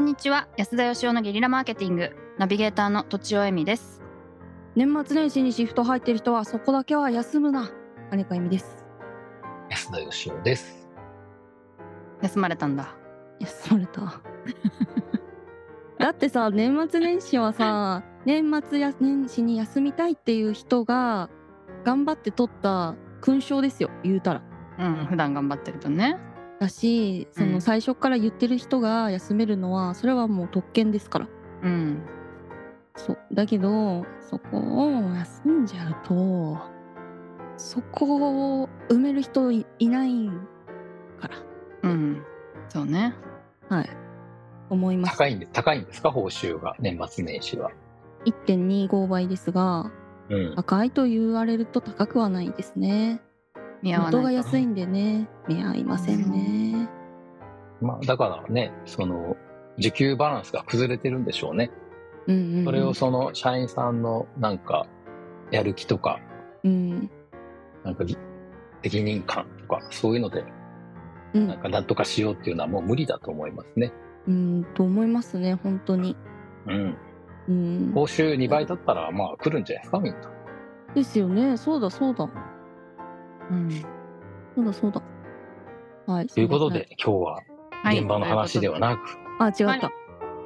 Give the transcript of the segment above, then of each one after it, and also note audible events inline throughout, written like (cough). んにちは安田義雄のゲリラマーケティングナビゲーターの土地尾恵美です年末年始にシフト入ってる人はそこだけは休むな金子由美です安田義雄です。休まれたんだ休まれただってさ年末年始はさ年末や年始に休みたいっていう人が頑張って取った勲章ですよ言うたらうん普段頑張ってるとねだしそうんの最初から言ってる人が休めるのはそれはもう特権ですからうんそうだけどそこを休んじゃうとそこを埋める人いいないからうんそうねはい思います高いんで高いんですか報酬が年末年始は。 1.25倍ですがうん。高いと言われると高くはないですね見合わ元がない安いんでね見合いませんねまあだからねその時給バランスが崩れてるんでしょうね。うんうんうんそれをその社員さんのなんかやる気とかうんなんか責任感とかそういうのでうなんんかなんとかしようっていうのはもう無理だと思いますね。うんと思いますね本当にうん。うん報酬2倍だったらまあ来るんじゃないですかみんな。ですよねそうだそうだうんそうだそうだはいということすで今日ははい現場の話ではなく、ませんあ違った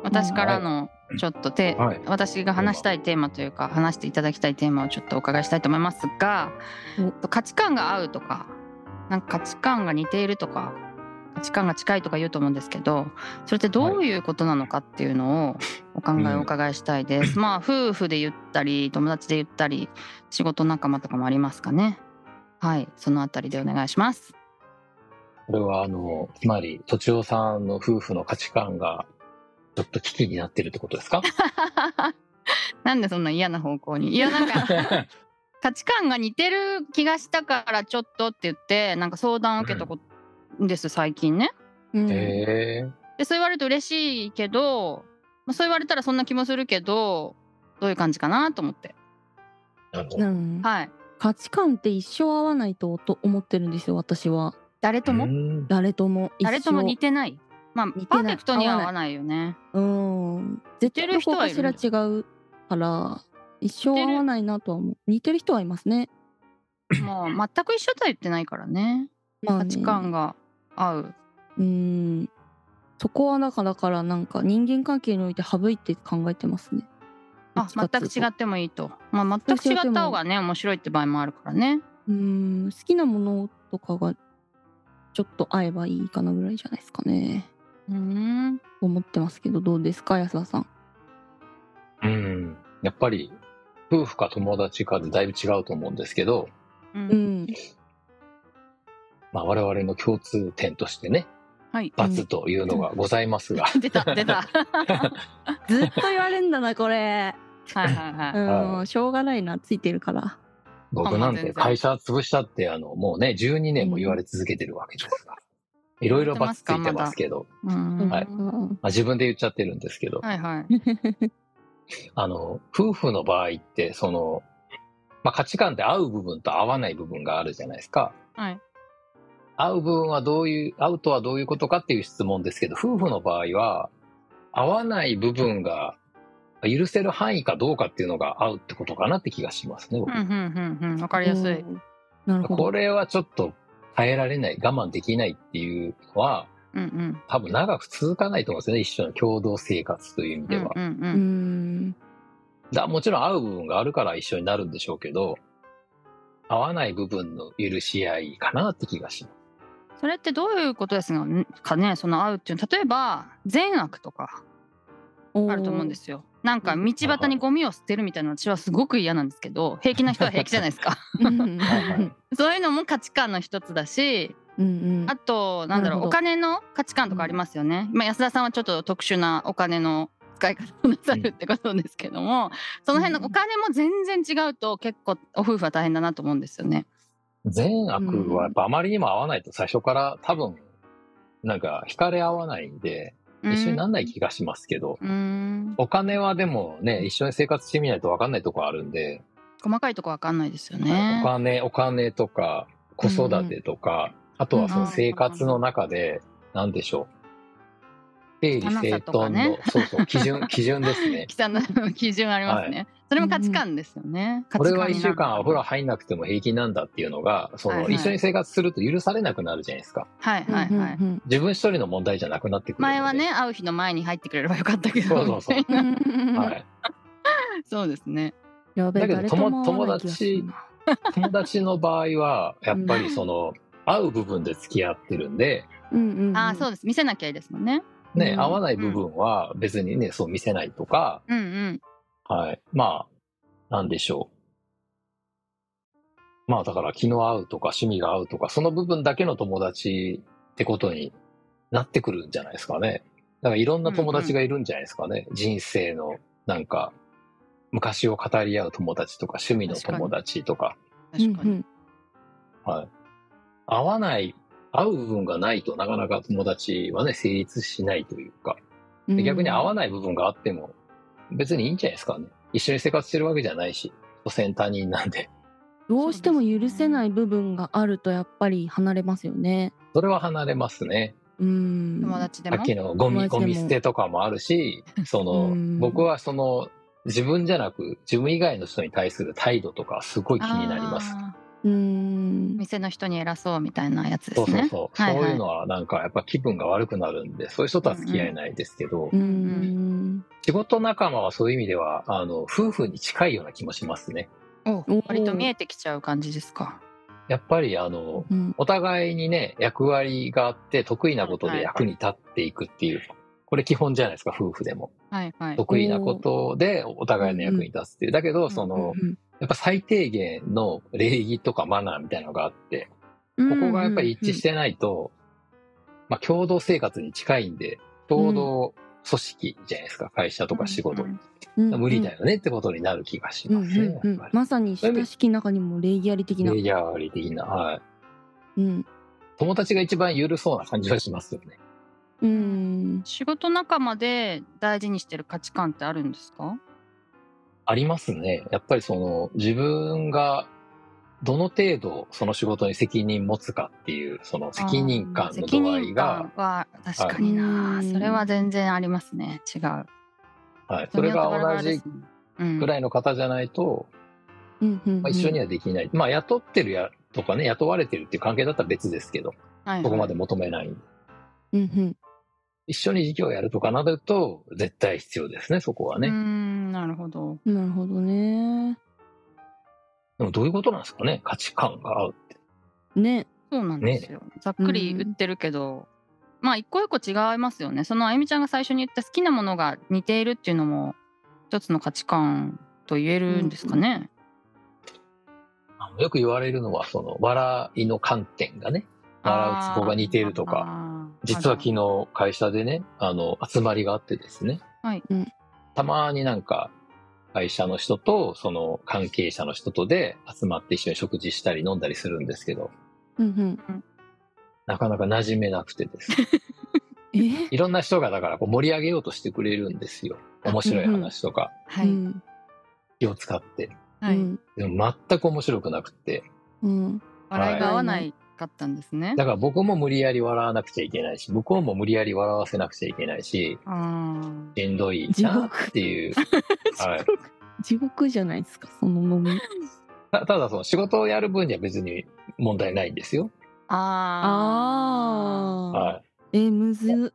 私からのちょっとて、はい私が話したいテーマというか話していただきたいテーマをちょっとお伺いしたいと思いますがおと価値観が合うとかなんか価値観が似ているとか価値観が近いとか言うと思うんですけどそれってどういうことなのかっていうのをお考えをお伺いしたいです。まあ夫婦で言ったり友達で言ったり仕事仲間とかもありますかね。はいそのあたりでお願いします。 (laughs) これはあのつまりとちおさんの夫婦の価値観がちょっと危機になってるってことですかなんでそんな嫌な方向にいやなんか価値観が似てる気がしたからちょっとって言ってなんか相談を受けたことです、最近ね。うんへえでそう言われると嬉しいけど、まあ、そう言われたらそんな気もするけどどういう感じかなと思ってなるほうどんはい価値観って一生合わないとと思ってるんですよ私は誰ともうん誰とも一生誰とも似てないまあてないパーフェクトには合わないよねうん絶対どこかしら違うから一生合わないなとは思う似てる人はいますね,、もう全く一緒とは言ってないからねまあ、価ね値観が合ううんそこはだからだからなんか人間関係において省いて考えてますねあ全く違うってもいいと、まあ、全く違った方がね面白いって場合もあるからねうん好きなものとかがちょっと合えばいいかなぐらいじゃないですかねうん思ってますけどどうですか安田さんうんやっぱり夫婦か友達かでだいぶ違うと思うんですけど、ううんんまあ、我々の共通点としてねはい (laughs) バツというのがございます (laughs) が、出た出 (laughs) た (laughs) ずっと言われんだなこれはいはいはい、うはんしょうがないなついてるから僕なんあまあ全て然会社潰したってあのもうね12年も言われ続けてるわけですから、いろいろバツついてますけど、うんはいうんまあ、自分で言っちゃってるんですけど、はいはい。あの夫婦の場合ってその、まあ、価値観って合う部分と合わない部分があるじゃないですか。はい合う部分はどういう合うとはどういうことかっていう質問ですけど夫婦の場合は合わない部分が許せる範囲かどうかっていうのが合うってことかなって気がしますね、う僕んうんうんうん。わかりやすい。うん。なるほど。これはちょっと耐えられない我慢できないっていうのはうんうん。多分長く続かないと思うんですよね一緒の共同生活という意味うでんは、うんう。うんん。。だもちろん合う部分があるから一緒になるんでしょうけど合わない部分の許し合いかなって気がしますそれってどういうことですかね。その合うっていうの例えば善悪とかあると思うんですすよ。なんか道端にゴミを捨てるみたいなの私はすごく嫌なんですけど、平気な人は平気じゃないですか。 (laughs) うんうんはいはいそういうのも価値観の一つだし、うんあとなんだろうなるほどお金の価値観とかありますよね。まあ安田さんはちょっと特殊なお金の使い方をなさるってことですけども、その辺のお金も全然違うと結構お夫婦は大変だなと思うんですよね。 (laughs) 善悪はやっぱあまりにも合わないと最初から多分なんか惹かれ合わないんで一緒になうんない気がしますけど、ーんお金はでもね一緒に生活してみないと分かんないとこあるんで、細かいとこわかんないですよねお。金お金とか子育てとか、あとはその生活の中で何でしょう、整理整頓の、棚差とそうそう基 (laughs) 準基準ですね (laughs) 北の基準ありますね、それも価値観ですよね、価値俺観は1にな週る間お風呂入んなくても平気なんだっていうのがその、はいはい一緒に生活すると許されなくなるじゃないですかはいはいはい、うん自分一人の問題じゃなくなってくるので前はね会う日の前に入ってくれればよかったけどそうそうそうみたういんなうんうんはい、 (laughs) そうですねやべえだけ誰どとも会わない気がするな友達の場合はやっぱりその合う部分で付き合ってるんで、うんうんうんああそうです見せなきゃいいですもんねねうん合わない部分は別にねそう見せないとか、うんうんはい、まあなんでしょうまあだから気の合うとか趣味が合うとかその部分だけの友達ってことになってくるんじゃないですかねだからいろんな友達がいるんじゃないですかね、人生のなんか昔を語り合う友達とか趣味の友達とか確かに、うんはい。合わない、合う部分がないとなかなか友達はね、成立しないというか、うんで逆に合わないない部分があっても、別にいいんじゃないですかね。一緒に生活してるわけじゃないし、所詮他人なんで、 (laughs) どうしても許せない部分があるとやっぱり離れますよねそれは離れますね。うん友達でさもっきのゴ友達でミ、ゴもミ捨てとかもある (laughs) し、そのう、ん僕はその、自分じゃなく、自分以外の人に対する態度とか、すごい気になります。あうんー店の人に偉そうみたいなやつでそうすそうねそう。はいはいそういうのはなんかやっぱ気分が悪くなるんで、そういう人とは付き合えないですけど、うん仕事仲間はそういう意味ではあの夫婦に近いような気もしますね。お割と見えてきちゃう感じですかやっぱりあのうんお互いにね役割があって得意なことで役に立っていくっていう、これ基本じゃないですか夫婦でもはいはい得意なことでお互いの役に立つっていうだけどそのうんやっぱ最低限の礼儀とかマナーみたいなのがあってうんここがやっぱり一致してないと、まあ、共同生活に近いんで共同組織じゃないですか会社とか仕事うんうんうんうん無理だよねってことになる気がしうんまうすねんうやっんぱり。まさに親しき中にも礼儀あり的なレイヤー割り的な、はい。うん友達が一番緩そうな感じはしますよね。うん仕事仲間で大事にしてる価値観ってあるんですかありますね。やっぱりその自分がどの程度その仕事に責任持つかっていう、その責任感の度あ合いー責任が、感は確かにな、はいそれは全然ありますね違うはい、それが同じくい、らいの方じゃないと、うんうんまあ、一緒にはできない。まあ雇ってるやとかね、雇われてるっていう関係だったら別ですけど、はいはいそこまで求めない。うんうん一緒に事業をやるとかなると、絶対必要ですね、そこはうーね。んなるほどなるほどねでもどういうことなんですかね、価値観が合うって。ねそうなんですよ、ざっくり言ってるけど、まあ一個一個違いますよねそのあゆみちゃんが最初に言った好きなものが似ているっていうのも一つの価値観と言えるんですかね、あのよく言われるのは、その、笑いの観点がね、笑うツボが似ているとか、か実は昨日会社でね、あの、集まりがあってですね、はいうんたまになんか、会社の人と、その関係者の人とで集まって一緒に食事したり飲んだりするんですけど、うんうんなかなか馴染めなく (laughs) てですね、えいろんな人がだからこう盛り上げようとしてくれるんですよ。面白い話とか、はい、うん気を使って。はいうんでも全く面白くなくって、うん笑いが合わないかったんですね、だから僕も無理やり笑わなくちゃいけないし、向こうも無理やり笑わせなくちゃいけないし、あーしんどい (laughs) 地獄なっていう。はい地獄 (laughs) 地獄じゃないですかその飲みた (laughs) ただその仕事をやる分には別に問題ないんですよ。あああはえーむずっ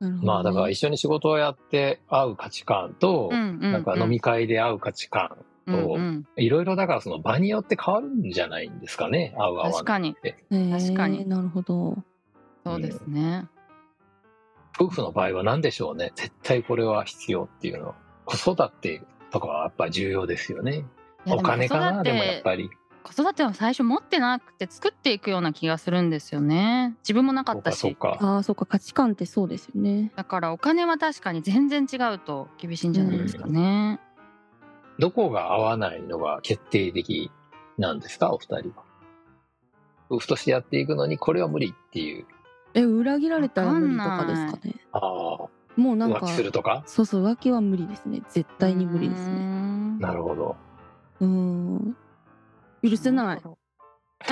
なるほどねい。まあだから一緒に仕事をやって合う価値観とー、うんうんなんか飲み会で合う価値観、うとんうんいろいろだからその場によって変わるんじゃないんですかね。合う合わない。確かにえー確かになるほどそうですね、夫婦の場合は何でしょうね。絶対これは必要っていうの。子育てとかはやっぱり重要ですよね。いやお金かなでもやっぱ子り。育て子育ては最初持ってなくて作っていくような気がするんですよね自分もなかそうったかそうしか。ああそうか価値観ってそうですよねだからお金は確かに全然違うと厳しいんじゃないですかね、どこが合わないのが決定的なんですか、お二人は。夫婦としてやっていくのにこれは無理っていう。え裏切られたら無理とかですかねああ。もうなん浮か気するとかそうそう浮気は無理ですね絶対に無理ですうーねんなるほど。うーん許せないそう (laughs)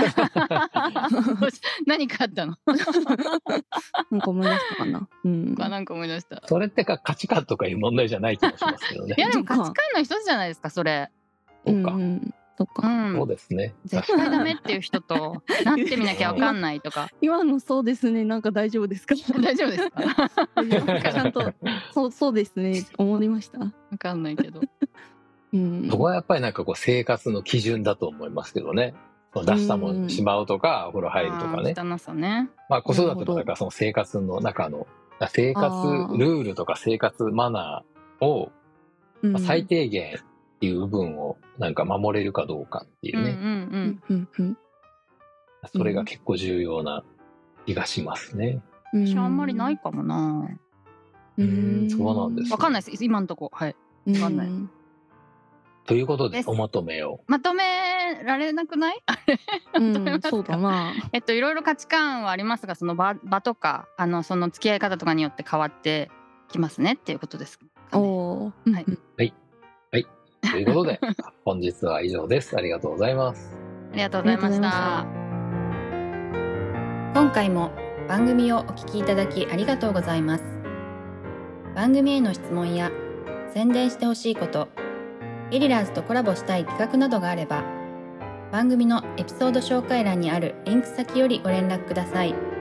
何かあったのなんか思い出したかな。うん。あなんか思い出 (laughs) した。それってか価値観とかいう問題じゃない気もしますけどねい。やでも価値観の一つじゃないですかそれ。 (laughs) うそうんか、うん。そっうか。んそう。ですね。確絶対ダメっていう人 (laughs) となってみなきゃわかんないとか今のそうですね。なんか大丈夫ですか。 (laughs) 大丈夫ですかちゃん (laughs) と。そう、そうですね。思いました。わかんない (laughs) けどうん。そこはやっぱりなんかこう生活の基準だと思いますけどね。その出したものしまうとか、お風呂入るとかね。あー汚さねまあ子育てなるほどもだからその生活の中の、生活あールールとか生活マナーをうんまあ最。低限っていう部分をなんか守れるかどうかっていううんうね。うんんうんうんそれが結構重要な気がしますね。ううんん。私あんまりない。かもなうんそうなんですわかんないです今んとこはいわかんないうんということでですおまとめを。まとめられなくないうん、そうだな。えっといろいろ価値観はありますがその場場とかあのその付き合い方とかによって変わってきますねっていうことですかね、おおー。はいうんということで本日は以上です。ありがとうございます。ありがとうございましあた。今回も番組をお聞きいただきありがとうございます番組への質問や宣伝してほしいことゲリラーズとコラボしたい企画などがあれば番組のエピソード紹介欄にあるリンク先よりご連絡ください